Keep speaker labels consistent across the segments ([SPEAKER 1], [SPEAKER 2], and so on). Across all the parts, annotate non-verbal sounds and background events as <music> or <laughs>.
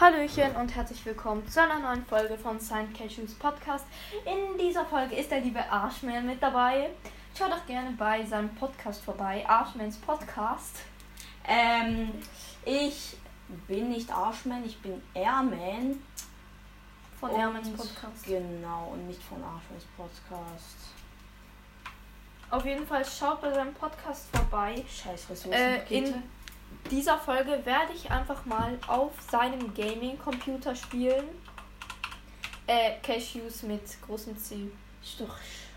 [SPEAKER 1] Hallöchen und herzlich willkommen zu einer neuen Folge von Saint Cashews Podcast. In dieser Folge ist der liebe Arschman mit dabei. Schaut doch gerne bei seinem Podcast vorbei, Arschmans Podcast.
[SPEAKER 2] Ähm, ich bin nicht Arschman, ich bin Airman.
[SPEAKER 1] Von
[SPEAKER 2] Und-
[SPEAKER 1] Airmans Podcast.
[SPEAKER 2] Genau, und nicht von Arschmans Podcast.
[SPEAKER 1] Auf jeden Fall schaut bei seinem Podcast vorbei.
[SPEAKER 2] Scheiß
[SPEAKER 1] Äh,
[SPEAKER 2] Ressourcenpakete.
[SPEAKER 1] in dieser Folge werde ich einfach mal auf seinem Gaming-Computer spielen. Äh, Cashews mit großem C.
[SPEAKER 2] ist doch sch-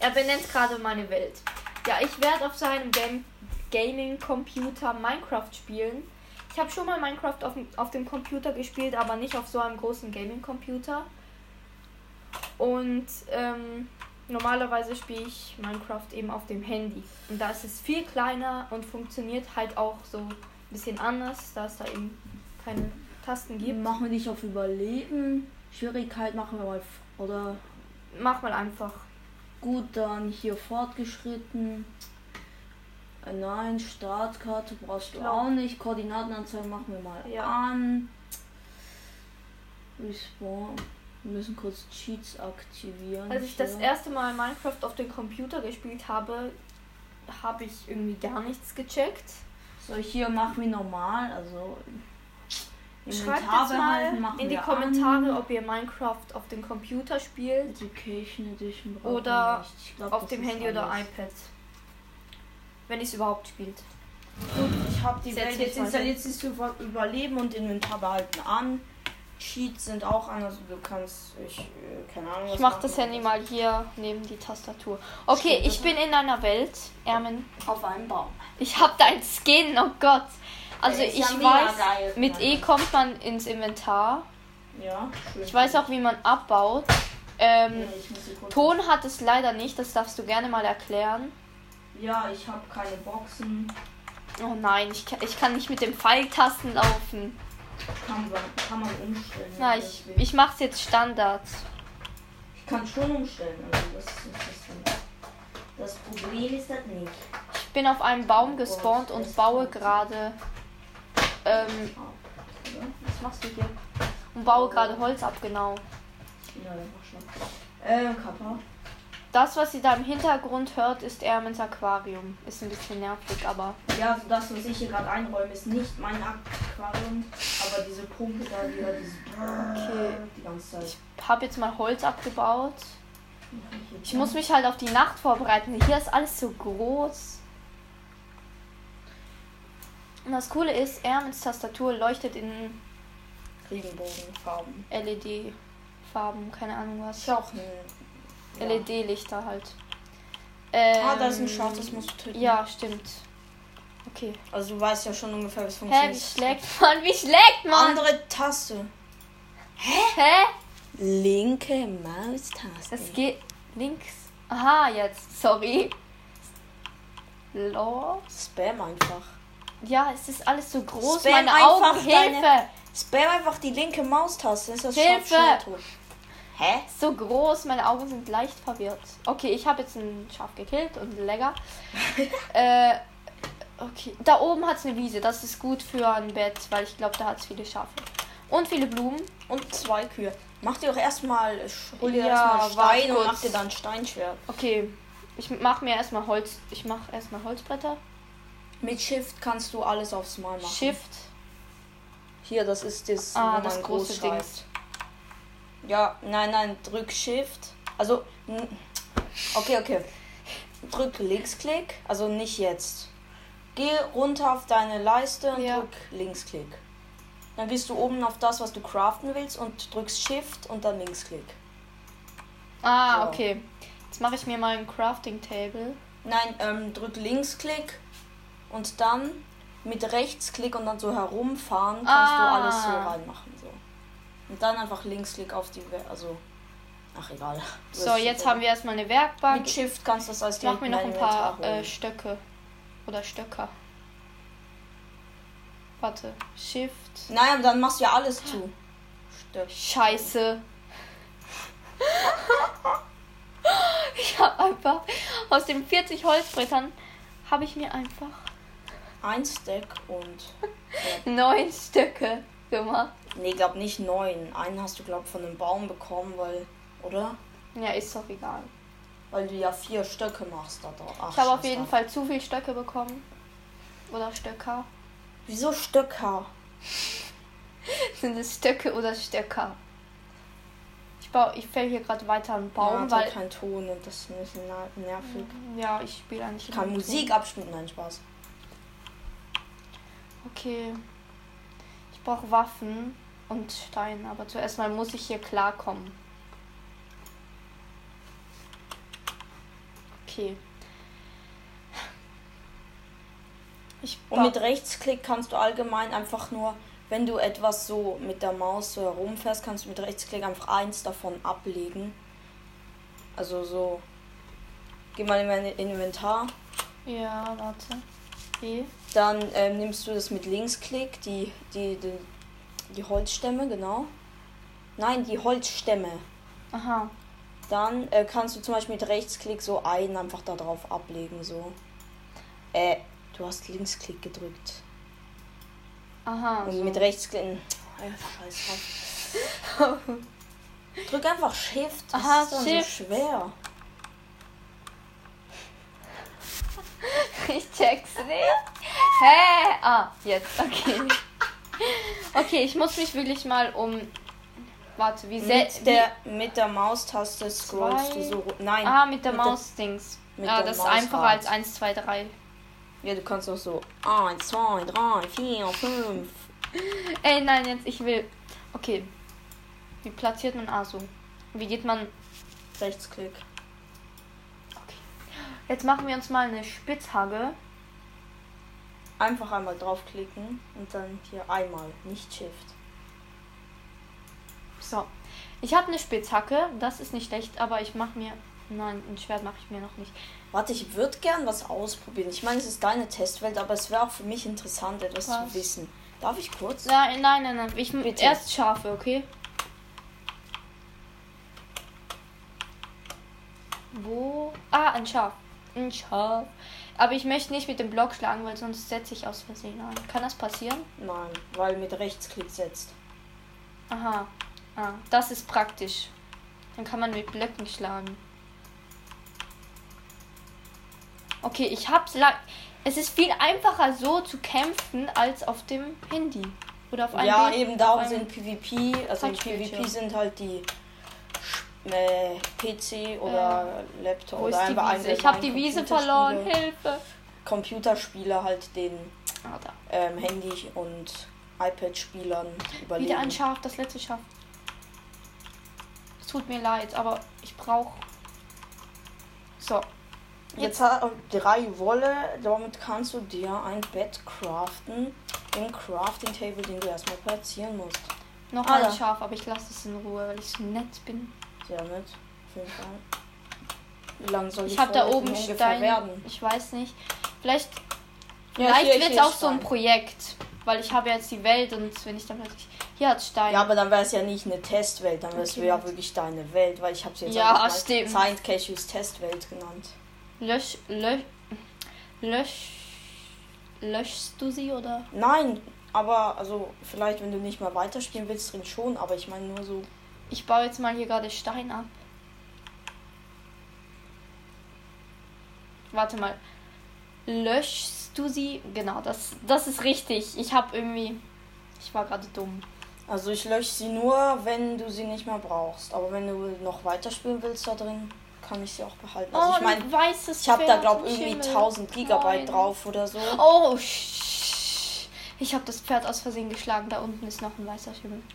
[SPEAKER 1] Er benennt gerade meine Welt. Ja, ich werde auf seinem Game Gaming-Computer Minecraft spielen. Ich habe schon mal Minecraft auf, dem- auf dem Computer gespielt, aber nicht auf so einem großen Gaming-Computer. Und ähm, normalerweise spiele ich Minecraft eben auf dem Handy. Und da ist es viel kleiner und funktioniert halt auch so ein bisschen anders, da es da eben keine Tasten gibt.
[SPEAKER 2] Machen wir nicht auf Überleben. Schwierigkeit machen wir mal. f- Oder
[SPEAKER 1] Mach mal einfach.
[SPEAKER 2] gut, dann hier fortgeschritten. Äh, Nein, Startkarte brauchst du
[SPEAKER 1] Klar.
[SPEAKER 2] auch nicht. Koordinatenanzeige machen wir mal
[SPEAKER 1] Ja.
[SPEAKER 2] an. Respawn. Wir müssen kurz Cheats aktivieren.
[SPEAKER 1] Als ich das
[SPEAKER 2] hier.
[SPEAKER 1] erste Mal Minecraft auf dem Computer gespielt habe, habe ich irgendwie gar nichts gecheckt.
[SPEAKER 2] So, hier machen wir normal, also.
[SPEAKER 1] Schreibt
[SPEAKER 2] Inventar
[SPEAKER 1] jetzt mal
[SPEAKER 2] behalten, machen
[SPEAKER 1] in die
[SPEAKER 2] wir
[SPEAKER 1] Kommentare,
[SPEAKER 2] an.
[SPEAKER 1] ob ihr Minecraft auf dem Computer spielt,
[SPEAKER 2] Education Edition brauchen
[SPEAKER 1] Oder
[SPEAKER 2] wir nicht. Ich glaub,
[SPEAKER 1] auf
[SPEAKER 2] das
[SPEAKER 1] dem
[SPEAKER 2] ist
[SPEAKER 1] Handy oder
[SPEAKER 2] alles.
[SPEAKER 1] iPad. Wenn es überhaupt spielt.
[SPEAKER 2] Gut, ich habe die
[SPEAKER 1] Setz
[SPEAKER 2] Welt
[SPEAKER 1] dich
[SPEAKER 2] jetzt
[SPEAKER 1] mal
[SPEAKER 2] installiert, siehst du Über- Überleben und Inventar behalten an. Cheats sind auch an, also du kannst, ich, äh, keine Ahnung.
[SPEAKER 1] Ich
[SPEAKER 2] was
[SPEAKER 1] mach das
[SPEAKER 2] machen.
[SPEAKER 1] Handy mal hier neben die Tastatur. Okay,
[SPEAKER 2] Stimmt,
[SPEAKER 1] ich
[SPEAKER 2] das-
[SPEAKER 1] bin in einer Welt, Ermin.
[SPEAKER 2] Auf einem Baum. Äh,
[SPEAKER 1] Ich hab dein Skin, oh Gott. Also
[SPEAKER 2] Ist
[SPEAKER 1] ich
[SPEAKER 2] ja mega
[SPEAKER 1] weiß,
[SPEAKER 2] geil.
[SPEAKER 1] mit E kommt man ins Inventar.
[SPEAKER 2] Ja, schön.
[SPEAKER 1] Ich weiß auch, wie man abbaut.
[SPEAKER 2] Ja,
[SPEAKER 1] Ähm,
[SPEAKER 2] ich muss sie kurz-
[SPEAKER 1] Ton hat es leider nicht, das darfst du gerne mal erklären.
[SPEAKER 2] Ja, ich habe keine Boxen.
[SPEAKER 1] Oh nein, ich kann, ich kann nicht mit den Pfeiltasten laufen.
[SPEAKER 2] Kann man, kann man umstellen.
[SPEAKER 1] Na,
[SPEAKER 2] wenn
[SPEAKER 1] ich,
[SPEAKER 2] will.
[SPEAKER 1] ich mach's jetzt Standard.
[SPEAKER 2] Ich kann schon umstellen, also das ist nicht das Ding. Das Problem ist das nicht.
[SPEAKER 1] Ich bin auf einem Baum gespawnt und baue gerade. Ähm,
[SPEAKER 2] Ah, oder?
[SPEAKER 1] was machst du hier? Und baue gerade Holz ab, genau.
[SPEAKER 2] Ja, das war schon. Ähm, Kappa.
[SPEAKER 1] Das, was ihr da im Hintergrund hört, ist Ermens Aquarium. Ist ein bisschen nervig, aber.
[SPEAKER 2] Ja, also das, was ich hier gerade einräume, ist nicht mein Aquarium, aber diese Pumpe da, die da dieses
[SPEAKER 1] Okay.
[SPEAKER 2] die ganze Zeit.
[SPEAKER 1] Hab jetzt mal Holz abgebaut.
[SPEAKER 2] Hier
[SPEAKER 1] Ich muss mich halt auf die Nacht vorbereiten. Hier ist alles so groß. Und das Coole ist, Ermens Tastatur leuchtet in
[SPEAKER 2] Regenbogenfarben.
[SPEAKER 1] LED-Farben, keine Ahnung was.
[SPEAKER 2] Ist ja auch ein. Ja.
[SPEAKER 1] LED-Lichter halt.
[SPEAKER 2] Ah, da ist ein
[SPEAKER 1] Ähm,
[SPEAKER 2] Schaf, das musst du töten.
[SPEAKER 1] Ja, stimmt. Okay.
[SPEAKER 2] Also du weißt ja schon ungefähr, wie es
[SPEAKER 1] Hä, wie
[SPEAKER 2] funktioniert.
[SPEAKER 1] schlägt man? Wie schlägt man?
[SPEAKER 2] Andere Taste.
[SPEAKER 1] Hä?
[SPEAKER 2] Linke Maustaste.
[SPEAKER 1] Das geht links. Aha, jetzt. Sorry. Lord.
[SPEAKER 2] Spam einfach.
[SPEAKER 1] Ja, es ist alles so groß.
[SPEAKER 2] Spam
[SPEAKER 1] Meine
[SPEAKER 2] einfach
[SPEAKER 1] Augen.
[SPEAKER 2] deine-
[SPEAKER 1] Hilfe.
[SPEAKER 2] Spam einfach die linke Maustaste, ist das
[SPEAKER 1] Hilfe!
[SPEAKER 2] Scharfschwerthoch. Hä?
[SPEAKER 1] So groß. Meine Augen sind leicht verwirrt. Okay, ich habe jetzt ein Schaf gekillt und
[SPEAKER 2] <laughs>
[SPEAKER 1] lecker. äh, okay. Da oben hat es eine Wiese. Das ist gut für ein Bett, weil ich glaube, da hat es viele Schafe. Und viele Blumen.
[SPEAKER 2] Und zwei Kühe. Macht ihr doch erstmal, sch- hol dir
[SPEAKER 1] Ja,
[SPEAKER 2] erstmal Stein
[SPEAKER 1] warte
[SPEAKER 2] und
[SPEAKER 1] kurz.
[SPEAKER 2] macht dir dann Steinschwert.
[SPEAKER 1] Okay, ich mach mir erstmal Holz. Ich mach erstmal Holzbretter.
[SPEAKER 2] Mit Shift kannst du alles aufs Mal machen.
[SPEAKER 1] Shift.
[SPEAKER 2] Hier, das ist das,
[SPEAKER 1] Ah,
[SPEAKER 2] wo
[SPEAKER 1] das
[SPEAKER 2] man
[SPEAKER 1] große
[SPEAKER 2] groß
[SPEAKER 1] Ding.
[SPEAKER 2] schreibt. Ja, nein, nein, drück Shift. Also, n- okay, okay. Drück Linksklick, also nicht jetzt. Geh runter auf deine Leiste und
[SPEAKER 1] Ja.
[SPEAKER 2] drück Linksklick. Dann gehst du oben auf das, was du craften willst und drückst Shift und dann Linksklick.
[SPEAKER 1] Ah,
[SPEAKER 2] Ja.
[SPEAKER 1] okay. Jetzt mache ich mir mal ein Crafting Table.
[SPEAKER 2] Nein, ähm, drück Linksklick und dann mit Rechtsklick und dann so herumfahren kannst
[SPEAKER 1] Ah.
[SPEAKER 2] du alles so reinmachen. So. Und dann einfach Linksklick auf die, We also, ach egal.
[SPEAKER 1] So, jetzt haben wir erstmal eine Werkbank.
[SPEAKER 2] Mit Shift kannst du das als
[SPEAKER 1] Ich mach mir noch
[SPEAKER 2] in
[SPEAKER 1] ein
[SPEAKER 2] dein
[SPEAKER 1] paar
[SPEAKER 2] Inventar
[SPEAKER 1] äh,
[SPEAKER 2] holen.
[SPEAKER 1] Stöcke. Oder Stöcker. Warte. Shift.
[SPEAKER 2] Nein, aber dann machst du ja alles zu. Stöck.
[SPEAKER 1] Scheiße. ich hab einfach aus den 40 Holzbrettern habe ich mir einfach
[SPEAKER 2] Ein Stack und
[SPEAKER 1] neun Stöcke gemacht.
[SPEAKER 2] Nee, glaub nicht neun. Einen hast du, glaub, von einem Baum bekommen, weil. Oder?
[SPEAKER 1] Ja, ist doch egal.
[SPEAKER 2] Weil du ja vier Stöcke machst da drauf. Ach,
[SPEAKER 1] Ich habe auf
[SPEAKER 2] scheiß
[SPEAKER 1] jeden
[SPEAKER 2] drauf.
[SPEAKER 1] Fall zu viel Stöcke bekommen. Oder Stöcker.
[SPEAKER 2] Wieso Stöcker?
[SPEAKER 1] Sind es Stöcke oder Stöcker? Ich, baue, ich fäll hier gerade weiter einen
[SPEAKER 2] Baum
[SPEAKER 1] Baum,
[SPEAKER 2] ja, weil Mhm.
[SPEAKER 1] weil.
[SPEAKER 2] kein Ton und das ist ein bisschen na- nervig.
[SPEAKER 1] Ja, ich spiele eigentlich
[SPEAKER 2] Ich kann
[SPEAKER 1] immer mit
[SPEAKER 2] Musik abspielen, nein, Spaß.
[SPEAKER 1] Ton. Okay. Ich brauche Waffen und Stein, aber zuerst mal muss ich hier klarkommen. Okay. Ich
[SPEAKER 2] Und
[SPEAKER 1] ba-
[SPEAKER 2] mit Rechtsklick kannst du allgemein einfach nur, wenn du etwas so mit der Maus so herumfährst, kannst du mit Rechtsklick einfach eins davon ablegen. Also so. Geh mal in mein Inventar.
[SPEAKER 1] Ja, warte. E.
[SPEAKER 2] Dann ähm, nimmst du das mit Linksklick, die, die, die, die Holzstämme, genau. Nein, die Holzstämme.
[SPEAKER 1] Aha.
[SPEAKER 2] Dann äh, kannst du zum Beispiel mit Rechtsklick so einen einfach da drauf ablegen, so. Äh, du hast Linksklick gedrückt.
[SPEAKER 1] Aha.
[SPEAKER 2] Und
[SPEAKER 1] so.
[SPEAKER 2] mit Rechtsklick. hm, Ey, scheiß drauf.
[SPEAKER 1] <laughs>
[SPEAKER 2] Drück einfach Shift. Das
[SPEAKER 1] Aha,
[SPEAKER 2] ist dann
[SPEAKER 1] Shift.
[SPEAKER 2] so schwer.
[SPEAKER 1] <laughs> Ich check's nicht. Hä? Ah, jetzt,
[SPEAKER 2] <laughs>
[SPEAKER 1] okay. Okay, ich muss mich wirklich mal um. Warte, wie
[SPEAKER 2] Mit
[SPEAKER 1] selbst.
[SPEAKER 2] der, mit der Maustaste scrollst
[SPEAKER 1] Zwei.
[SPEAKER 2] du so. ru- Nein.
[SPEAKER 1] Ah, mit der
[SPEAKER 2] mit der-
[SPEAKER 1] Maus-Dings.
[SPEAKER 2] mit
[SPEAKER 1] Ja,
[SPEAKER 2] der
[SPEAKER 1] das ist
[SPEAKER 2] Mausart.
[SPEAKER 1] einfacher als 1, 2, 3.
[SPEAKER 2] Ja, du kannst auch so. 1, 2, 3, 4, 5.
[SPEAKER 1] Ey, nein, jetzt, ich will. Okay. Wie platziert man ASU? Wie geht man.
[SPEAKER 2] Rechtsklick.
[SPEAKER 1] Jetzt machen wir uns mal eine Spitzhacke.
[SPEAKER 2] Einfach einmal draufklicken und dann hier einmal, nicht Shift.
[SPEAKER 1] So. Ich habe eine Spitzhacke. Das ist nicht schlecht, aber ich mache mir. Nein, ein Schwert mache ich mir noch nicht.
[SPEAKER 2] Warte, ich würde gern was ausprobieren. Ich meine, es ist deine Testwelt, aber es wäre auch für mich interessant, etwas
[SPEAKER 1] Was?
[SPEAKER 2] zu wissen. Darf ich kurz?
[SPEAKER 1] Nein, nein, nein, nein. Ich
[SPEAKER 2] Bitte.
[SPEAKER 1] erst Schafe, okay? Wo? Ah, ein Schaf. Ein Schaf. Aber ich möchte nicht mit dem Block schlagen, weil sonst setze ich aus Versehen ein. Kann das passieren?
[SPEAKER 2] Nein, weil mit Rechtsklick setzt.
[SPEAKER 1] Aha. Ah, das ist praktisch. Dann kann man mit Blöcken schlagen. Okay, ich hab's lang. Es ist viel einfacher so zu kämpfen als auf dem Handy. Oder auf einem
[SPEAKER 2] ja,
[SPEAKER 1] Bild-
[SPEAKER 2] eben
[SPEAKER 1] auf
[SPEAKER 2] darum
[SPEAKER 1] einem-
[SPEAKER 2] sind PvP, also im
[SPEAKER 1] Touchbildschirm.
[SPEAKER 2] PvP sind halt die äh, PC oder Laptop
[SPEAKER 1] Wo
[SPEAKER 2] oder
[SPEAKER 1] ist die
[SPEAKER 2] einfach
[SPEAKER 1] Wiese? Ich habe die
[SPEAKER 2] allgemein
[SPEAKER 1] Wiese
[SPEAKER 2] Computerspiele-
[SPEAKER 1] verloren. Hilfe.
[SPEAKER 2] Computerspiele halt den
[SPEAKER 1] Ah, da.
[SPEAKER 2] ähm, Handy- und iPad-Spielern überlegen.
[SPEAKER 1] Wieder ein Schaf, das letzte Schaf. Es tut mir leid, aber ich brauche. So.
[SPEAKER 2] Jetzt hat er drei Wolle, damit kannst du dir ein Bett craften. Im Crafting Table, den du erstmal platzieren musst.
[SPEAKER 1] Noch
[SPEAKER 2] Ah,
[SPEAKER 1] ein
[SPEAKER 2] da.
[SPEAKER 1] Schaf, aber ich lasse es in Ruhe, weil ich so nett bin.
[SPEAKER 2] Sehr nett. Auf jeden Fall. Wie lang soll die
[SPEAKER 1] Ich habe da
[SPEAKER 2] Folge
[SPEAKER 1] oben
[SPEAKER 2] ungefähr
[SPEAKER 1] Stein.
[SPEAKER 2] werden?
[SPEAKER 1] Ich weiß nicht. Vielleicht,
[SPEAKER 2] Ja,
[SPEAKER 1] vielleicht
[SPEAKER 2] hier-
[SPEAKER 1] wird es
[SPEAKER 2] hier
[SPEAKER 1] auch so ein
[SPEAKER 2] Stein.
[SPEAKER 1] Projekt. Weil ich habe jetzt die Welt und wenn ich dann plötzlich. Hier hat Stein.
[SPEAKER 2] Ja, aber dann wäre es ja nicht eine Testwelt, dann wäre es
[SPEAKER 1] Okay.
[SPEAKER 2] ja wirklich deine Welt, weil ich habe sie jetzt
[SPEAKER 1] Ja,
[SPEAKER 2] einfach mal
[SPEAKER 1] stimmt.
[SPEAKER 2] Science Cashews Testwelt genannt.
[SPEAKER 1] Lösch. Lösch. Lösch. Löschst du sie oder?
[SPEAKER 2] Nein, aber also vielleicht, wenn du nicht mal weiterspielen willst, drin schon, aber ich meine nur so.
[SPEAKER 1] Ich baue jetzt mal hier gerade Stein ab. Warte mal. Löschst du sie? Genau, das, das ist richtig. Ich habe irgendwie. Ich war gerade dumm.
[SPEAKER 2] Also ich lösche sie nur, wenn du sie nicht mehr brauchst. Aber wenn du noch weiterspielen willst da drin, kann ich sie auch behalten. Also ich
[SPEAKER 1] Oh, ein
[SPEAKER 2] meine,
[SPEAKER 1] weißes
[SPEAKER 2] ich habe da
[SPEAKER 1] Pferd
[SPEAKER 2] glaube
[SPEAKER 1] und
[SPEAKER 2] irgendwie
[SPEAKER 1] Schimmel.
[SPEAKER 2] 1000 Gigabyte
[SPEAKER 1] Nein.
[SPEAKER 2] drauf oder so.
[SPEAKER 1] Oh, sch- ich habe das Pferd aus Versehen geschlagen. Da unten ist noch ein weißer Schimmel. <laughs>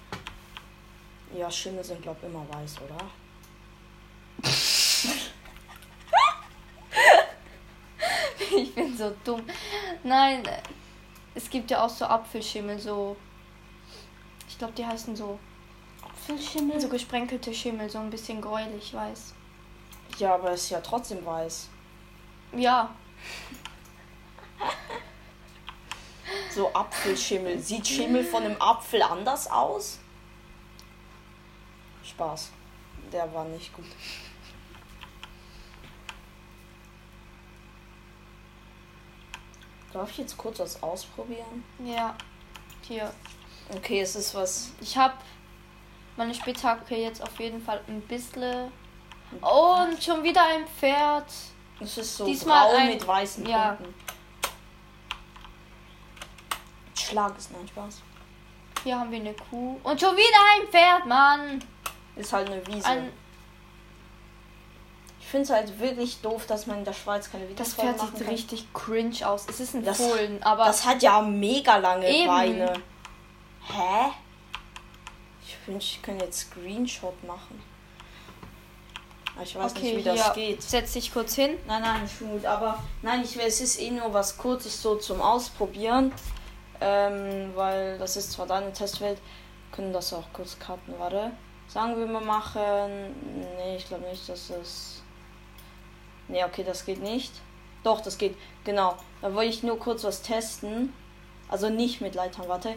[SPEAKER 2] Ja, Schimmel sind glaube immer weiß, oder?
[SPEAKER 1] Ich bin so dumm. Nein, äh, es gibt ja auch so Apfelschimmel, so. Ich glaube, die heißen so. Apfelschimmel? So gesprenkelte Schimmel, so ein bisschen gräulich weiß.
[SPEAKER 2] Ja, aber es ist ja trotzdem weiß.
[SPEAKER 1] Ja,
[SPEAKER 2] So Apfelschimmel. Sieht Schimmel von einem Apfel anders aus? Spaß. Der war nicht gut. Darf ich jetzt kurz was ausprobieren?
[SPEAKER 1] ja. Hier.
[SPEAKER 2] Okay, es ist was.
[SPEAKER 1] Ich habe meine Spitzhacke jetzt auf jeden Fall ein bisschen. Und schon wieder ein Pferd.
[SPEAKER 2] Es ist so
[SPEAKER 1] Diesmal
[SPEAKER 2] grau
[SPEAKER 1] ein-
[SPEAKER 2] mit weißen
[SPEAKER 1] ja.
[SPEAKER 2] Punkten. Schlag ist nein Spaß.
[SPEAKER 1] Hier haben wir eine Kuh. Und schon wieder ein Pferd, Mann.
[SPEAKER 2] Ist halt eine Wiese.
[SPEAKER 1] Ein,
[SPEAKER 2] ich finde es halt wirklich doof, dass man in der Schweiz keine
[SPEAKER 1] das
[SPEAKER 2] Videofolgen
[SPEAKER 1] Pferd
[SPEAKER 2] machen
[SPEAKER 1] sieht
[SPEAKER 2] kann.
[SPEAKER 1] richtig cringe aus. Es ist ein
[SPEAKER 2] Das-
[SPEAKER 1] Fohlen, aber
[SPEAKER 2] Das hat ja mega lange
[SPEAKER 1] Eben.
[SPEAKER 2] Beine. Hä? Ich wünsche, ich könnte jetzt Screenshot machen. Aber Ich weiß
[SPEAKER 1] okay,
[SPEAKER 2] nicht, wie das
[SPEAKER 1] hier,
[SPEAKER 2] geht.
[SPEAKER 1] setz dich kurz hin.
[SPEAKER 2] Nein, nein, ist schon gut. Aber nein, ich will, es ist eh nur was Kurzes so zum Ausprobieren. Ähm, weil das ist zwar deine Testwelt, können das auch kurz cutten, warte. Sagen wir, wir machen. Nee, ich glaube nicht, dass das. Nee, okay, das geht nicht. Doch, das geht. Genau. Da wollte ich nur kurz was testen. Also nicht mit Leitern, warte.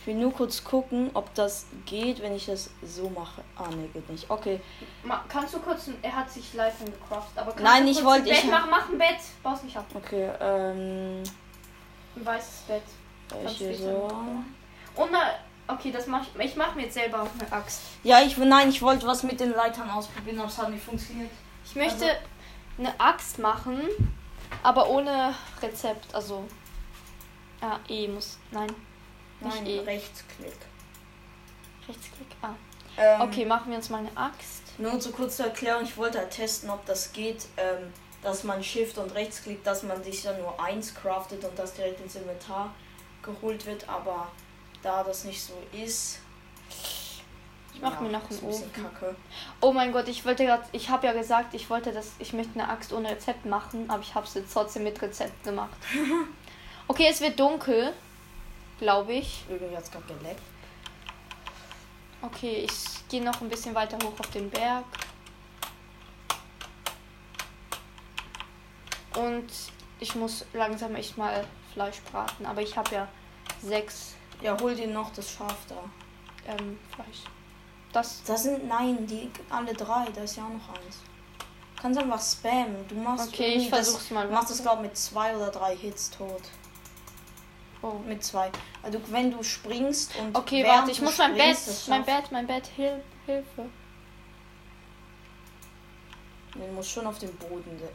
[SPEAKER 2] Ich will nur kurz gucken, ob das geht, wenn ich das so mache. Ah, nee, geht nicht. Okay.
[SPEAKER 1] Ma- Kannst du kurz, er hat sich live gecraftet, aber kannst
[SPEAKER 2] Nein,
[SPEAKER 1] du
[SPEAKER 2] ich
[SPEAKER 1] kurz
[SPEAKER 2] wollte-
[SPEAKER 1] ein Bett
[SPEAKER 2] ich-
[SPEAKER 1] machen, mach ein Bett, baust nicht ab,
[SPEAKER 2] Okay, ähm.
[SPEAKER 1] ein weißes Bett.
[SPEAKER 2] Ich
[SPEAKER 1] Kannst
[SPEAKER 2] hier
[SPEAKER 1] später
[SPEAKER 2] so.
[SPEAKER 1] noch- Und na, okay, das mach ich, ich mach mir jetzt selber auch eine Axt.
[SPEAKER 2] Ja, ich nein, ich wollte was mit den Leitern ausprobieren, aber es hat nicht funktioniert.
[SPEAKER 1] Ich möchte eine Axt machen, aber ohne Rezept, also ah, E muss, nein, Nicht eh.
[SPEAKER 2] Rechtsklick.
[SPEAKER 1] Rechtsklick, ah.
[SPEAKER 2] Ähm,
[SPEAKER 1] Okay, machen wir uns mal eine Axt.
[SPEAKER 2] Nur um so kurz zur Erklärung, ich wollte halt testen, ob das geht, ähm, dass man Shift und Rechtsklick, dass man sich dann nur eins craftet und das direkt ins Inventar geholt wird, aber da das nicht so ist.
[SPEAKER 1] Ich mach mir noch
[SPEAKER 2] ist
[SPEAKER 1] einen
[SPEAKER 2] bisschen
[SPEAKER 1] Ofen.
[SPEAKER 2] Kacke.
[SPEAKER 1] Oh mein Gott, ich wollte gerade, ich habe ja gesagt, ich wollte das, ich möchte eine Axt ohne Rezept machen, aber ich habe es jetzt trotzdem mit Rezept gemacht. Okay, es wird dunkel, glaube ich.
[SPEAKER 2] Irgendwie hat es gerade geleckt.
[SPEAKER 1] Okay, ich gehe noch ein bisschen weiter hoch auf den Berg. Und ich muss langsam echt mal Fleisch braten, aber ich habe ja sechs
[SPEAKER 2] Ja, hol dir noch das Schaf da.
[SPEAKER 1] ähm, Fleisch. Das
[SPEAKER 2] Das sind, nein, die alle drei, da ist ja auch noch eins. Kannst einfach spammen. Du machst
[SPEAKER 1] Okay, ich
[SPEAKER 2] irgendwie das-
[SPEAKER 1] versuch's mal.
[SPEAKER 2] Du machst es glaube mit zwei oder drei Hits tot.
[SPEAKER 1] oh.
[SPEAKER 2] Mit zwei. Also wenn du springst und
[SPEAKER 1] Okay,
[SPEAKER 2] während
[SPEAKER 1] warte, ich
[SPEAKER 2] du
[SPEAKER 1] muss mein Bett,
[SPEAKER 2] springst, das
[SPEAKER 1] mein
[SPEAKER 2] schafft-
[SPEAKER 1] Bett, mein Bett, Hil Hilfe.
[SPEAKER 2] Nee, Du musst schon auf den Boden. le-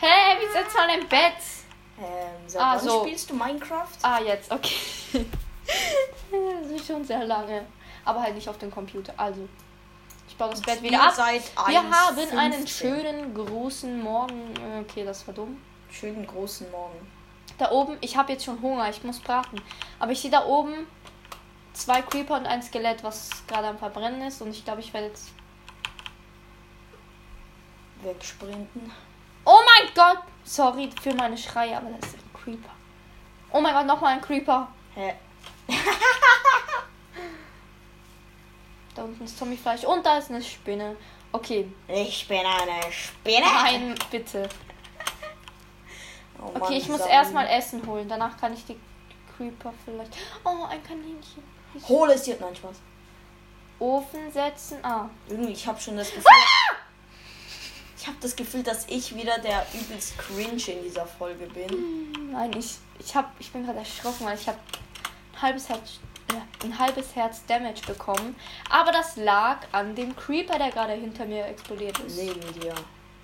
[SPEAKER 1] Hä, wie setzt man im Bett?
[SPEAKER 2] Ähm, seit
[SPEAKER 1] Ah,
[SPEAKER 2] wann
[SPEAKER 1] so.
[SPEAKER 2] spielst du Minecraft?
[SPEAKER 1] Ah, jetzt, okay. <laughs> das ist schon sehr lange. Aber halt nicht auf dem Computer. Also, ich baue das Bett
[SPEAKER 2] Spiel
[SPEAKER 1] wieder ab.
[SPEAKER 2] Seit
[SPEAKER 1] Wir
[SPEAKER 2] 1,15.
[SPEAKER 1] haben einen schönen, großen Morgen. Äh, Okay, das war dumm.
[SPEAKER 2] schönen großen Morgen.
[SPEAKER 1] Da oben, ich habe jetzt schon Hunger, ich muss braten. Aber ich sehe da oben zwei Creeper und ein Skelett, was gerade am Verbrennen ist. Und ich glaube, ich werde jetzt.
[SPEAKER 2] Wegsprinten.
[SPEAKER 1] Oh mein Gott! Sorry für meine Schreie, aber das ist ein Creeper. Oh mein Gott, nochmal ein Creeper.
[SPEAKER 2] Hä?
[SPEAKER 1] Da unten ist Zombie-Fleisch und da ist eine Spinne. Okay,
[SPEAKER 2] Ich bin eine Spinne.
[SPEAKER 1] nein, bitte.
[SPEAKER 2] Oh
[SPEAKER 1] Okay,
[SPEAKER 2] Mann,
[SPEAKER 1] ich muss
[SPEAKER 2] dieser-
[SPEAKER 1] erstmal Essen holen. Danach kann ich die Creeper vielleicht. Oh, ein Kaninchen.
[SPEAKER 2] Hol es dir. Nein, Spaß.
[SPEAKER 1] Ofen setzen. Ah.
[SPEAKER 2] Irgendwie, ich habe schon das Gefühl. Ich habe das Gefühl, dass ich wieder der übelst cringe in dieser Folge
[SPEAKER 1] Hm.
[SPEAKER 2] bin.
[SPEAKER 1] Nein, ich, ich, hab, ich bin gerade erschrocken, weil ich habe ein halbes Herz äh, ein halbes Herz Damage bekommen, aber das lag an dem Creeper, der gerade hinter mir explodiert ist.
[SPEAKER 2] Neben dir,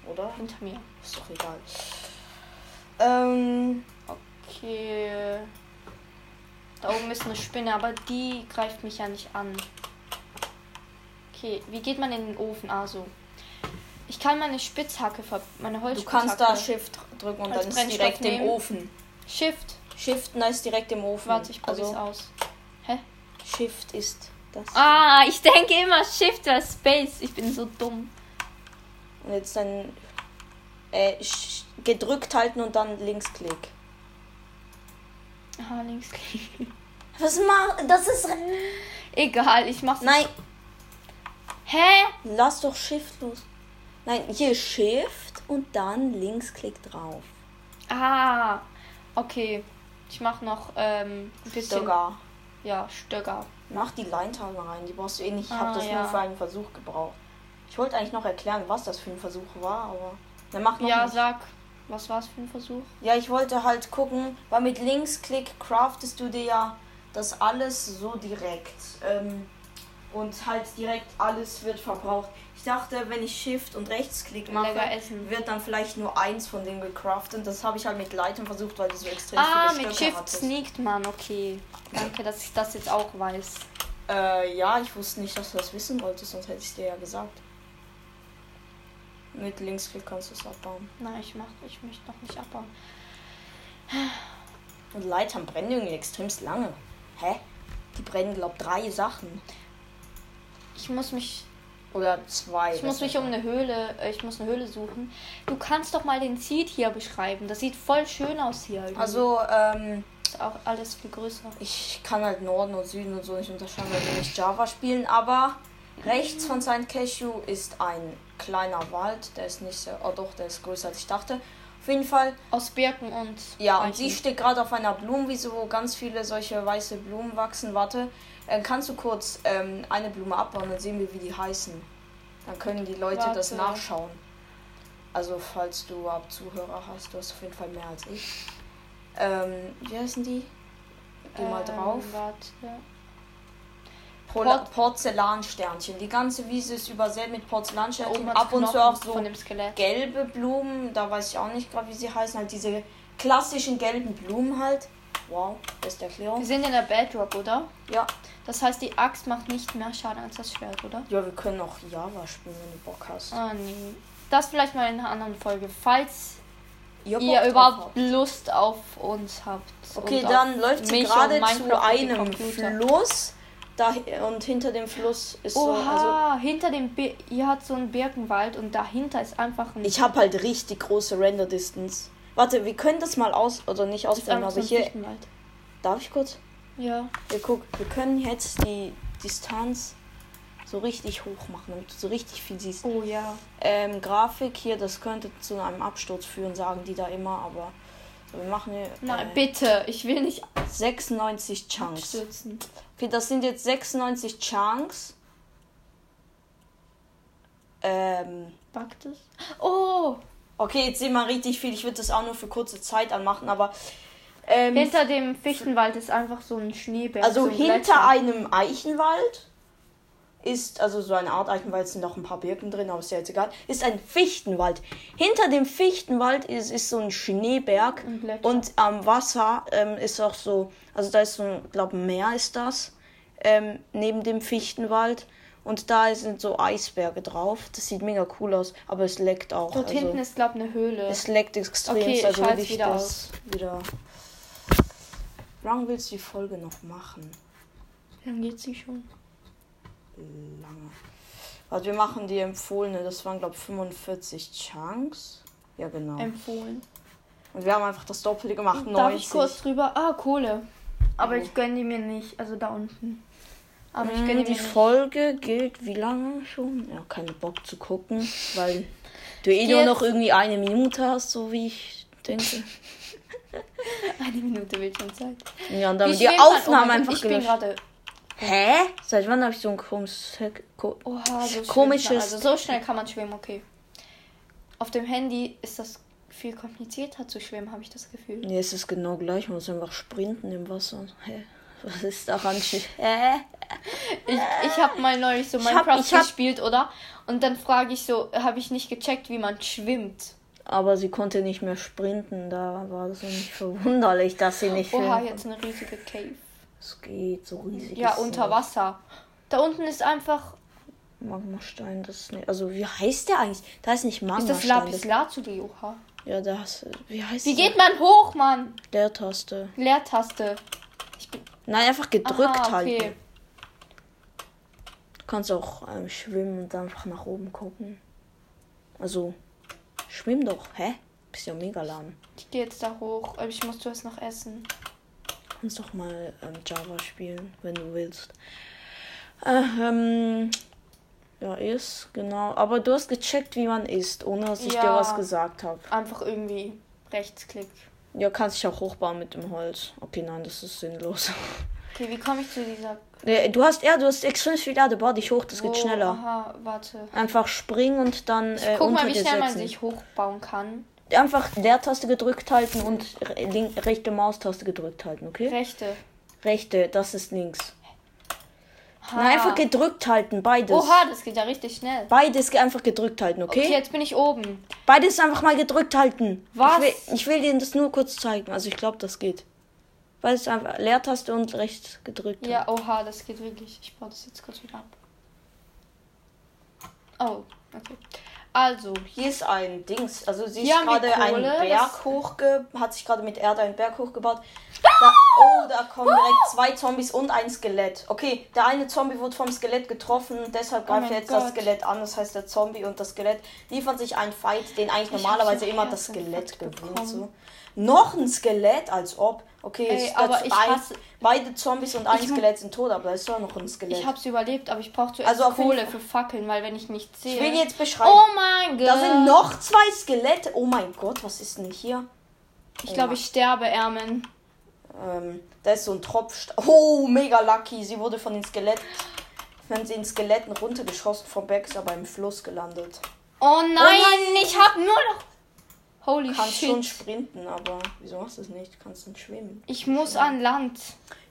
[SPEAKER 2] oder?
[SPEAKER 1] Hinter mir.
[SPEAKER 2] Ist doch egal. Ähm,
[SPEAKER 1] Okay. Da oben ist eine Spinne, aber die greift mich ja nicht an. Okay, wie geht man in den Ofen? Also, ich kann meine Spitzhacke, ver meine
[SPEAKER 2] du
[SPEAKER 1] Holzspitzhacke.
[SPEAKER 2] kannst da Shift drücken und
[SPEAKER 1] Als
[SPEAKER 2] dann ist
[SPEAKER 1] Brennstoff
[SPEAKER 2] direkt im
[SPEAKER 1] nehmen.
[SPEAKER 2] Ofen.
[SPEAKER 1] Shift.
[SPEAKER 2] Shift, na, ist direkt im Ofen.
[SPEAKER 1] Warte, ich probier's
[SPEAKER 2] also,
[SPEAKER 1] aus.
[SPEAKER 2] Shift ist das.
[SPEAKER 1] Ah, ich denke immer Shift war Space. Ich bin so dumm.
[SPEAKER 2] Und jetzt dann äh, sch- gedrückt halten und dann Linksklick.
[SPEAKER 1] Ah, links.
[SPEAKER 2] Was mach? Das ist.
[SPEAKER 1] Egal, ich mach's.
[SPEAKER 2] Nein,
[SPEAKER 1] Hä?
[SPEAKER 2] lass doch Shift los. Nein, hier Shift und dann Linksklick drauf.
[SPEAKER 1] Ah, okay. Ich mach noch ähm, ein bisschen.
[SPEAKER 2] Sogar.
[SPEAKER 1] Ja, Stöcker.
[SPEAKER 2] Mach die Leintagen rein, die brauchst du eh nicht. Ich habe
[SPEAKER 1] Ah,
[SPEAKER 2] das
[SPEAKER 1] ja.
[SPEAKER 2] nur für einen Versuch gebraucht. Ich wollte eigentlich noch erklären, was das für ein Versuch war, aber. Dann mach noch
[SPEAKER 1] Ja,
[SPEAKER 2] nicht.
[SPEAKER 1] sag, was war's für ein Versuch?
[SPEAKER 2] Ja, ich wollte halt gucken, weil mit Linksklick craftest du dir ja das alles so direkt. Ähm, und halt direkt alles wird verbraucht. Ich dachte, wenn ich Shift und Rechtsklick mache,
[SPEAKER 1] Lecker essen.
[SPEAKER 2] wird dann vielleicht nur eins von denen gecraftet. Das habe ich halt mit Leitung versucht, weil die so extrem
[SPEAKER 1] Ah,
[SPEAKER 2] viele
[SPEAKER 1] mit
[SPEAKER 2] Stöcker
[SPEAKER 1] Shift
[SPEAKER 2] hattest.
[SPEAKER 1] sneakt man, okay. Danke, dass ich das jetzt auch weiß.
[SPEAKER 2] Äh, ja, ich wusste nicht, dass du das wissen wolltest, sonst hätte ich dir ja gesagt. Mit Linksklick kannst du es abbauen.
[SPEAKER 1] Nein, ich mach, ich möchte noch nicht abbauen.
[SPEAKER 2] Und Leitern brennen irgendwie extremst lange. Hä? Die brennen, glaub, drei Sachen.
[SPEAKER 1] Ich muss mich,
[SPEAKER 2] Oder zwei.
[SPEAKER 1] ich muss
[SPEAKER 2] besser
[SPEAKER 1] mich um
[SPEAKER 2] gesagt.
[SPEAKER 1] eine Höhle, äh, ich muss eine Höhle suchen. Du kannst doch mal den Seed hier beschreiben. Das sieht voll schön aus hier. irgendwie.
[SPEAKER 2] Also, ähm,
[SPEAKER 1] ist auch alles viel größer.
[SPEAKER 2] ich kann halt Norden und Süden und so nicht unterscheiden, weil wir nicht Java spielen, aber rechts von St. Cashew ist ein kleiner Wald. Der ist nicht sehr. Oh doch, der ist größer als ich dachte. Auf jeden Fall
[SPEAKER 1] Aus Birken und
[SPEAKER 2] Ja, und
[SPEAKER 1] Eichen.
[SPEAKER 2] sie steht gerade auf einer Blumenwiese, wo ganz viele solche weiße Blumen wachsen. Warte, äh, kannst du kurz ähm, eine Blume abbauen, dann sehen wir, wie die heißen. Dann können die Leute das
[SPEAKER 1] Warte.
[SPEAKER 2] nachschauen. Also, falls du überhaupt Zuhörer hast, du hast auf jeden Fall mehr als ich. Ähm, wie heißen die? Geh mal
[SPEAKER 1] Ähm,
[SPEAKER 2] drauf.
[SPEAKER 1] Warte.
[SPEAKER 2] Porla-
[SPEAKER 1] Port-
[SPEAKER 2] Porzellansternchen. Die ganze Wiese ist übersät mit Porzellansternchen.
[SPEAKER 1] Oben hat's
[SPEAKER 2] Ab und zu
[SPEAKER 1] Knochen
[SPEAKER 2] auch so
[SPEAKER 1] von dem Skelett.
[SPEAKER 2] gelbe Blumen, da weiß ich auch nicht gerade, wie sie heißen, halt diese klassischen gelben Blumen halt. Wow, beste
[SPEAKER 1] Wir
[SPEAKER 2] Erklärung.
[SPEAKER 1] sind in der Bedrock, oder?
[SPEAKER 2] Oh. Ja.
[SPEAKER 1] Das heißt, die Axt macht nicht mehr Schaden als das Schwert, oder?
[SPEAKER 2] Ja, wir können auch Java spielen, wenn du Bock hast.
[SPEAKER 1] Ah, nee. Das vielleicht mal in einer anderen Folge, falls
[SPEAKER 2] Ihr Bock
[SPEAKER 1] ihr
[SPEAKER 2] drauf
[SPEAKER 1] überhaupt
[SPEAKER 2] habt.
[SPEAKER 1] Lust auf uns habt.
[SPEAKER 2] Okay,
[SPEAKER 1] und auf
[SPEAKER 2] dann läuft sie
[SPEAKER 1] mich und
[SPEAKER 2] gerade
[SPEAKER 1] Minecraft
[SPEAKER 2] zu
[SPEAKER 1] und den
[SPEAKER 2] einem
[SPEAKER 1] Computer.
[SPEAKER 2] Fluss. Da, und hinter dem Fluss ist so. Also,
[SPEAKER 1] Oha, hinter dem Bir ihr habt so einen Birkenwald und dahinter ist einfach ein
[SPEAKER 2] ich habe halt richtig große Render Distance. Warte, wir können das mal aus. Oder nicht
[SPEAKER 1] ist einfach
[SPEAKER 2] ausprobieren,
[SPEAKER 1] so
[SPEAKER 2] aber
[SPEAKER 1] ein
[SPEAKER 2] hier.
[SPEAKER 1] Fichtenwald.
[SPEAKER 2] Darf ich kurz?
[SPEAKER 1] Ja.
[SPEAKER 2] Ja, guck, wir können jetzt die Distanz so richtig hoch machen, damit du so richtig viel siehst.
[SPEAKER 1] Oh ja.
[SPEAKER 2] Ähm, Grafik hier, das könnte zu einem Absturz führen, sagen die da immer, aber wir machen hier
[SPEAKER 1] Nein,
[SPEAKER 2] äh,
[SPEAKER 1] bitte, ich will nicht
[SPEAKER 2] 96 Chunks.
[SPEAKER 1] abstürzen.
[SPEAKER 2] Okay, das sind jetzt 96 Chunks. Ähm,
[SPEAKER 1] Backt es? Oh,
[SPEAKER 2] okay, jetzt sehen wir richtig viel. Ich würde das auch nur für kurze Zeit anmachen, aber ähm,
[SPEAKER 1] hinter dem Fichtenwald ist einfach so ein Schneeberg.
[SPEAKER 2] also
[SPEAKER 1] so ein
[SPEAKER 2] hinter
[SPEAKER 1] Gletscher.
[SPEAKER 2] einem Eichenwald ist, also so eine Art Eichenwald, sind noch ein paar Birken drin, aber ist ja jetzt egal, ist ein Fichtenwald. Hinter dem Fichtenwald ist, ist so ein Schneeberg
[SPEAKER 1] Ein Gletscher.
[SPEAKER 2] und am Wasser ähm, ist auch so, also da ist so ein, glaube Meer ist das, ähm, neben dem Fichtenwald. Und da sind so Eisberge drauf. Das sieht mega cool aus, aber es leckt auch.
[SPEAKER 1] Dort
[SPEAKER 2] also.
[SPEAKER 1] hinten ist, glaube ich, eine Höhle.
[SPEAKER 2] Es leckt extrem,
[SPEAKER 1] Okay, ich
[SPEAKER 2] also
[SPEAKER 1] schalte
[SPEAKER 2] will ich
[SPEAKER 1] wieder
[SPEAKER 2] das wieder. Wie lange willst du die Folge noch machen?
[SPEAKER 1] Dann um. geht sie schon.
[SPEAKER 2] Lange. Also wir machen die empfohlene, das waren glaube 45 Chunks. Ja,
[SPEAKER 1] Oh.
[SPEAKER 2] genau.
[SPEAKER 1] Empfohlen.
[SPEAKER 2] Und wir haben einfach das Doppelte gemacht,
[SPEAKER 1] Ähm, Darf
[SPEAKER 2] 90.
[SPEAKER 1] ich kurz drüber? Ah, Kohle. Aber
[SPEAKER 2] Wo?
[SPEAKER 1] ich gönne die mir nicht. Also da unten. Aber ich
[SPEAKER 2] Hm,
[SPEAKER 1] gönne die
[SPEAKER 2] die
[SPEAKER 1] mir <laughs> nicht.
[SPEAKER 2] Folge gilt wie lange schon? Ja, keine Bock zu gucken, weil du eh
[SPEAKER 1] geh
[SPEAKER 2] nur
[SPEAKER 1] jetzt-
[SPEAKER 2] noch irgendwie eine Minute hast, so wie ich denke.
[SPEAKER 1] Eine Minute Bildschirmzeit.
[SPEAKER 2] Ja, und damit
[SPEAKER 1] Ich
[SPEAKER 2] die
[SPEAKER 1] will grad-
[SPEAKER 2] Aufnahme
[SPEAKER 1] oh mein Gott,
[SPEAKER 2] einfach
[SPEAKER 1] Ich bin
[SPEAKER 2] gelöscht.
[SPEAKER 1] gerade.
[SPEAKER 2] Hä? Seit wann habe ich so ein komisches... Ko
[SPEAKER 1] Oha, so
[SPEAKER 2] Komisches-
[SPEAKER 1] schwimmt man. Also so schnell kann man schwimmen, okay. Auf dem Handy ist das viel komplizierter zu schwimmen, habe ich das Gefühl.
[SPEAKER 2] Nee, es ist genau gleich. Man muss einfach sprinten im Wasser. Hä? Was ist daran? sch- Hä?
[SPEAKER 1] Ich, ich habe mal neulich so
[SPEAKER 2] hab-
[SPEAKER 1] Minecraft
[SPEAKER 2] ich hab-
[SPEAKER 1] gespielt, oder? Und dann frage ich so, habe ich nicht gecheckt, wie man schwimmt.
[SPEAKER 2] Aber sie konnte nicht mehr sprinten. Da war das nicht verwunderlich, dass sie nicht
[SPEAKER 1] Oha,
[SPEAKER 2] mehr-
[SPEAKER 1] jetzt eine riesige Cave.
[SPEAKER 2] Es geht so riesig.
[SPEAKER 1] Ja,
[SPEAKER 2] ist
[SPEAKER 1] unter
[SPEAKER 2] nicht.
[SPEAKER 1] Wasser. Da unten ist einfach
[SPEAKER 2] Magmastein, das ist nicht. Also, wie heißt der eigentlich? Da ist nicht
[SPEAKER 1] Ist
[SPEAKER 2] Magmastein.
[SPEAKER 1] das Lapis Lazuli, oha.
[SPEAKER 2] Ja, das. Wie heißt
[SPEAKER 1] Wie
[SPEAKER 2] der?
[SPEAKER 1] geht man hoch, Mann?
[SPEAKER 2] Leertaste.
[SPEAKER 1] Leertaste. Ich bin
[SPEAKER 2] Nein, einfach gedrückt
[SPEAKER 1] Aha, Ah, okay.
[SPEAKER 2] halten. Du kannst auch ähm, schwimmen und dann einfach nach oben gucken. Also, schwimm doch. Hä? Bist ja mega lahm.
[SPEAKER 1] Ich gehe jetzt da hoch. aber Ich muss zuerst noch essen.
[SPEAKER 2] kannst doch mal ähm, Java spielen, wenn du willst. Äh, Ähm, ja, ist, genau. Aber du hast gecheckt, wie man isst, ohne dass ich dir
[SPEAKER 1] Ja.
[SPEAKER 2] was gesagt habe.
[SPEAKER 1] Einfach irgendwie rechtsklick.
[SPEAKER 2] Ja, kannst dich auch hochbauen mit dem Holz. Okay, nein, das ist sinnlos. <laughs>
[SPEAKER 1] Okay, wie komme ich zu dieser...
[SPEAKER 2] Nee, du hast, ja, du hast extrem viel Lade, bau dich hoch, das
[SPEAKER 1] Oh,
[SPEAKER 2] geht schneller.
[SPEAKER 1] Aha, warte.
[SPEAKER 2] Einfach springen und dann
[SPEAKER 1] Ich
[SPEAKER 2] äh,
[SPEAKER 1] guck
[SPEAKER 2] unter
[SPEAKER 1] mal, wie
[SPEAKER 2] dir
[SPEAKER 1] schnell man
[SPEAKER 2] setzen.
[SPEAKER 1] sich hochbauen kann.
[SPEAKER 2] Einfach Leertaste gedrückt halten und re link- rechte Maustaste gedrückt halten, okay?
[SPEAKER 1] Rechte.
[SPEAKER 2] rechte, das ist links.
[SPEAKER 1] Ha.
[SPEAKER 2] Nein, einfach gedrückt halten, beides.
[SPEAKER 1] Oha, das geht ja richtig schnell.
[SPEAKER 2] Beides ge- einfach gedrückt halten, okay?
[SPEAKER 1] Okay, jetzt bin ich oben.
[SPEAKER 2] Beides einfach mal gedrückt halten.
[SPEAKER 1] Was?
[SPEAKER 2] Ich will, ich will dir das nur kurz zeigen. Also ich glaube, das geht. Beides einfach Leertaste und rechts gedrückt. halten.
[SPEAKER 1] Ja, oha, das geht wirklich. Ich baue das jetzt kurz wieder ab. Oh, okay. Also,
[SPEAKER 2] Hier ist ein Dings. Also sie
[SPEAKER 1] Hier haben
[SPEAKER 2] ist
[SPEAKER 1] wir
[SPEAKER 2] gerade einen
[SPEAKER 1] Kohle,
[SPEAKER 2] Berg
[SPEAKER 1] das-
[SPEAKER 2] hochge... Hat sich gerade mit Erde einen Berg hochgebaut. Da, oh, da kommen direkt zwei Zombies und ein Skelett. Okay, der eine Zombie wurde vom Skelett getroffen. Deshalb greift
[SPEAKER 1] Oh mein
[SPEAKER 2] jetzt das
[SPEAKER 1] Gott.
[SPEAKER 2] Skelett an. Das heißt, der Zombie und das Skelett liefern sich einen Fight, den eigentlich
[SPEAKER 1] Ich hab
[SPEAKER 2] normalerweise
[SPEAKER 1] so
[SPEAKER 2] immer das
[SPEAKER 1] Herzinfarkt
[SPEAKER 2] Skelett gewinnt.
[SPEAKER 1] bekommen.
[SPEAKER 2] So. Noch ein Skelett, als ob. Okay,
[SPEAKER 1] Ey,
[SPEAKER 2] es ist
[SPEAKER 1] aber
[SPEAKER 2] jetzt
[SPEAKER 1] ich
[SPEAKER 2] ein-
[SPEAKER 1] hasse-
[SPEAKER 2] beide Zombies und ein
[SPEAKER 1] Ich mu-
[SPEAKER 2] Skelett sind tot, aber da ist doch noch ein Skelett.
[SPEAKER 1] ich hab's überlebt, aber ich brauche zuerst
[SPEAKER 2] Also auf jeden
[SPEAKER 1] Kohle
[SPEAKER 2] Fall-
[SPEAKER 1] für Fackeln, weil wenn ich nicht sehe.
[SPEAKER 2] ich will jetzt beschreiben.
[SPEAKER 1] oh mein Gott.
[SPEAKER 2] Da sind noch zwei Skelette. Oh mein Gott, was ist denn hier?
[SPEAKER 1] Ich glaube, ich sterbe, Ermen.
[SPEAKER 2] Ähm, da ist so ein Tropf. <laughs> Oh, mega lucky. Sie wurde von den Skeletten, von den Skeletten runtergeschossen vom Berg, ist aber im Fluss gelandet.
[SPEAKER 1] Oh nein,
[SPEAKER 2] nein.
[SPEAKER 1] ich hab nur noch. Holy
[SPEAKER 2] Kannst
[SPEAKER 1] shit.
[SPEAKER 2] schon sprinten, aber wieso machst du es nicht? Kannst nicht schwimmen.
[SPEAKER 1] Ich muss an Land.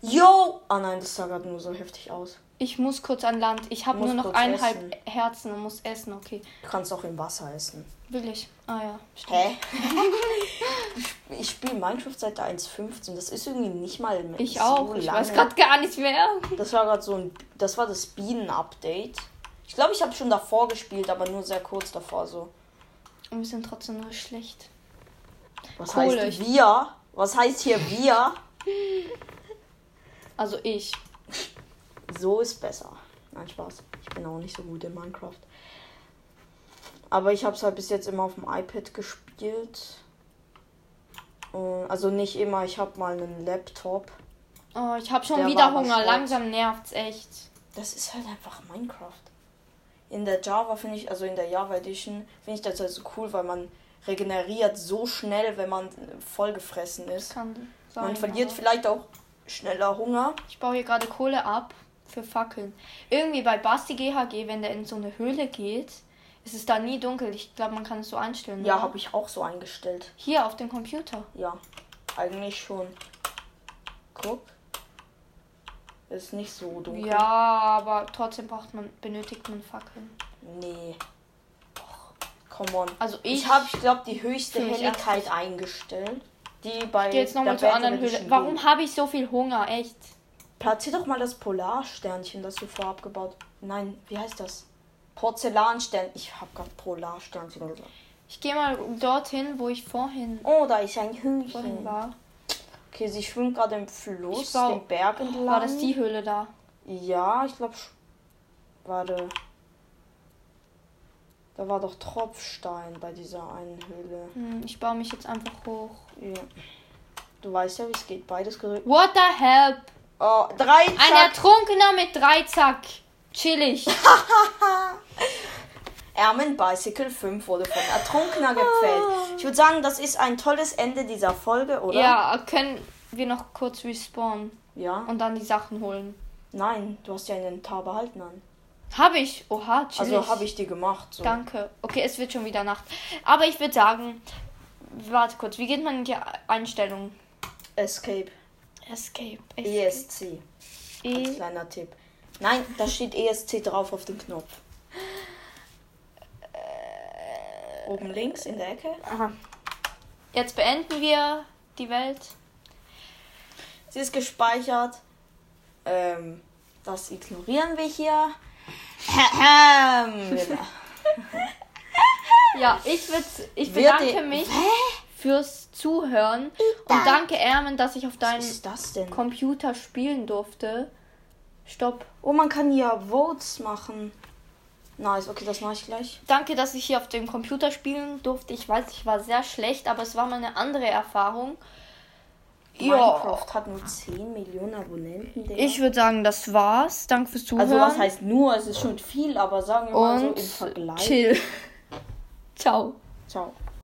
[SPEAKER 2] Yo! Ah nein, das sah gerade nur so heftig aus.
[SPEAKER 1] Ich muss kurz an Land. Ich habe
[SPEAKER 2] Du musst
[SPEAKER 1] nur noch
[SPEAKER 2] kurz
[SPEAKER 1] eineinhalb
[SPEAKER 2] essen.
[SPEAKER 1] Herzen und muss essen, okay.
[SPEAKER 2] Du kannst auch im Wasser essen.
[SPEAKER 1] Will ich. Ah ja. stimmt. <laughs>
[SPEAKER 2] Hä? ich spiele Minecraft seit der 1.15. Das ist irgendwie nicht mal mehr
[SPEAKER 1] Ich
[SPEAKER 2] so
[SPEAKER 1] auch. Ich weiß
[SPEAKER 2] lange.
[SPEAKER 1] gerade gar nicht mehr.
[SPEAKER 2] Das war gerade so ein. Das war das Bienen-Update. Ich glaube, ich habe schon davor gespielt, aber nur sehr kurz davor so.
[SPEAKER 1] Und wir sind trotzdem noch schlecht.
[SPEAKER 2] Was
[SPEAKER 1] Kohle.
[SPEAKER 2] heißt wir? Was heißt hier wir?
[SPEAKER 1] Also ich.
[SPEAKER 2] So ist besser. Nein, Spaß. Ich bin auch nicht so gut in Minecraft. Aber ich habe es halt bis jetzt immer auf dem iPad gespielt. Äh, Also nicht immer, ich habe mal einen Laptop.
[SPEAKER 1] Oh, ich habe schon
[SPEAKER 2] Der war
[SPEAKER 1] wieder
[SPEAKER 2] aber
[SPEAKER 1] Hunger.
[SPEAKER 2] schwarz.
[SPEAKER 1] Langsam nervt's echt.
[SPEAKER 2] Das ist halt einfach Minecraft. In der Java finde ich, also in der Java Edition, finde ich das halt so cool, weil man regeneriert so schnell, wenn man vollgefressen ist.
[SPEAKER 1] Kann sein.
[SPEAKER 2] Man verliert
[SPEAKER 1] aber-
[SPEAKER 2] vielleicht auch schneller Hunger.
[SPEAKER 1] Ich baue hier gerade Kohle ab für Fackeln. Irgendwie bei Basti GHG, wenn der in so eine Höhle geht, ist es da nie dunkel. Ich glaube, man kann es so einstellen.
[SPEAKER 2] Ja,
[SPEAKER 1] oder?
[SPEAKER 2] habe ich auch so eingestellt.
[SPEAKER 1] Hier auf dem Computer.
[SPEAKER 2] Ja, eigentlich schon. Guck. Ist nicht so dunkel.
[SPEAKER 1] Ja, aber trotzdem braucht man, benötigt man Fackeln.
[SPEAKER 2] Nee. Och, Come on.
[SPEAKER 1] Also ich,
[SPEAKER 2] Ich, habe, ich glaube, die höchste
[SPEAKER 1] Finde ich
[SPEAKER 2] Helligkeit eingestellt. Die bei
[SPEAKER 1] gehe jetzt nochmal
[SPEAKER 2] der
[SPEAKER 1] zur
[SPEAKER 2] Battle
[SPEAKER 1] anderen Höhle.
[SPEAKER 2] Edition
[SPEAKER 1] Warum habe ich so viel Hunger? Echt?
[SPEAKER 2] Platzier doch mal das Polarsternchen, das du vorab gebaut. Nein, wie heißt das? Porzellanstern. Ich habe gerade Polarsternchen gesagt.
[SPEAKER 1] Ich gehe mal dorthin, wo ich vorhin,
[SPEAKER 2] Oh, da ist ein
[SPEAKER 1] vorhin
[SPEAKER 2] Hühnchen.
[SPEAKER 1] war.
[SPEAKER 2] Okay, sie schwimmt gerade im Fluss,
[SPEAKER 1] Ich bau-
[SPEAKER 2] den Berg entlang.
[SPEAKER 1] War das die Höhle da?
[SPEAKER 2] Ja, ich glaube. Warte. Da war doch Tropfstein bei dieser einen Höhle.
[SPEAKER 1] Hm, ich baue mich jetzt einfach hoch.
[SPEAKER 2] Ja. Du weißt ja, wie es geht. Beides gedrückt.
[SPEAKER 1] What the hell?
[SPEAKER 2] Oh, drei
[SPEAKER 1] Ein
[SPEAKER 2] Zack.
[SPEAKER 1] Ertrunkener mit Dreizack. Chillig.
[SPEAKER 2] Ermen Bicycle 5 wurde von Ertrunkener gepfählt. Ich würde sagen, das ist ein tolles Ende dieser Folge, oder?
[SPEAKER 1] Ah. Ja, können wir noch kurz respawnen
[SPEAKER 2] Ja.
[SPEAKER 1] und dann die Sachen holen.
[SPEAKER 2] Nein, du hast ja einen Tar behalten an.
[SPEAKER 1] Habe ich. Oha, chillig.
[SPEAKER 2] Also habe ich die gemacht. So.
[SPEAKER 1] Danke. Okay, es wird schon wieder Nacht. Aber ich würde sagen, warte kurz, wie geht man in die Einstellungen?
[SPEAKER 2] Escape. E
[SPEAKER 1] Escape.
[SPEAKER 2] ESC. Als
[SPEAKER 1] E
[SPEAKER 2] kleiner Tipp. Nein, da steht ESC drauf auf dem Knopf. Äh, Oben links in der Ecke.
[SPEAKER 1] Aha. Jetzt beenden wir die Welt.
[SPEAKER 2] Sie ist gespeichert. Ähm, das ignorieren
[SPEAKER 1] <laughs>
[SPEAKER 2] wir hier. Genau.
[SPEAKER 1] Ja, ich, würd, ich
[SPEAKER 2] Wird
[SPEAKER 1] bedanke
[SPEAKER 2] die-
[SPEAKER 1] mich fürs Zuhören und danke Ermen, dass ich auf
[SPEAKER 2] Was
[SPEAKER 1] deinem
[SPEAKER 2] ist das denn?
[SPEAKER 1] Computer spielen durfte. Stopp.
[SPEAKER 2] Oh, man kann ja Votes machen. Nice, okay, das mache ich gleich.
[SPEAKER 1] Danke, dass ich hier auf dem Computer spielen durfte. Ich weiß, ich war sehr schlecht, aber es war mal eine andere Erfahrung. Ja,
[SPEAKER 2] Minecraft hat nur 10 Millionen Abonnenten. Digga.
[SPEAKER 1] ich würde sagen, das war's. Danke fürs Zuhören.
[SPEAKER 2] also, was heißt nur? Es ist schon viel, aber sagen wir mal so im
[SPEAKER 1] und
[SPEAKER 2] Vergleich.
[SPEAKER 1] chill. <laughs> Ciao.
[SPEAKER 2] Ciao.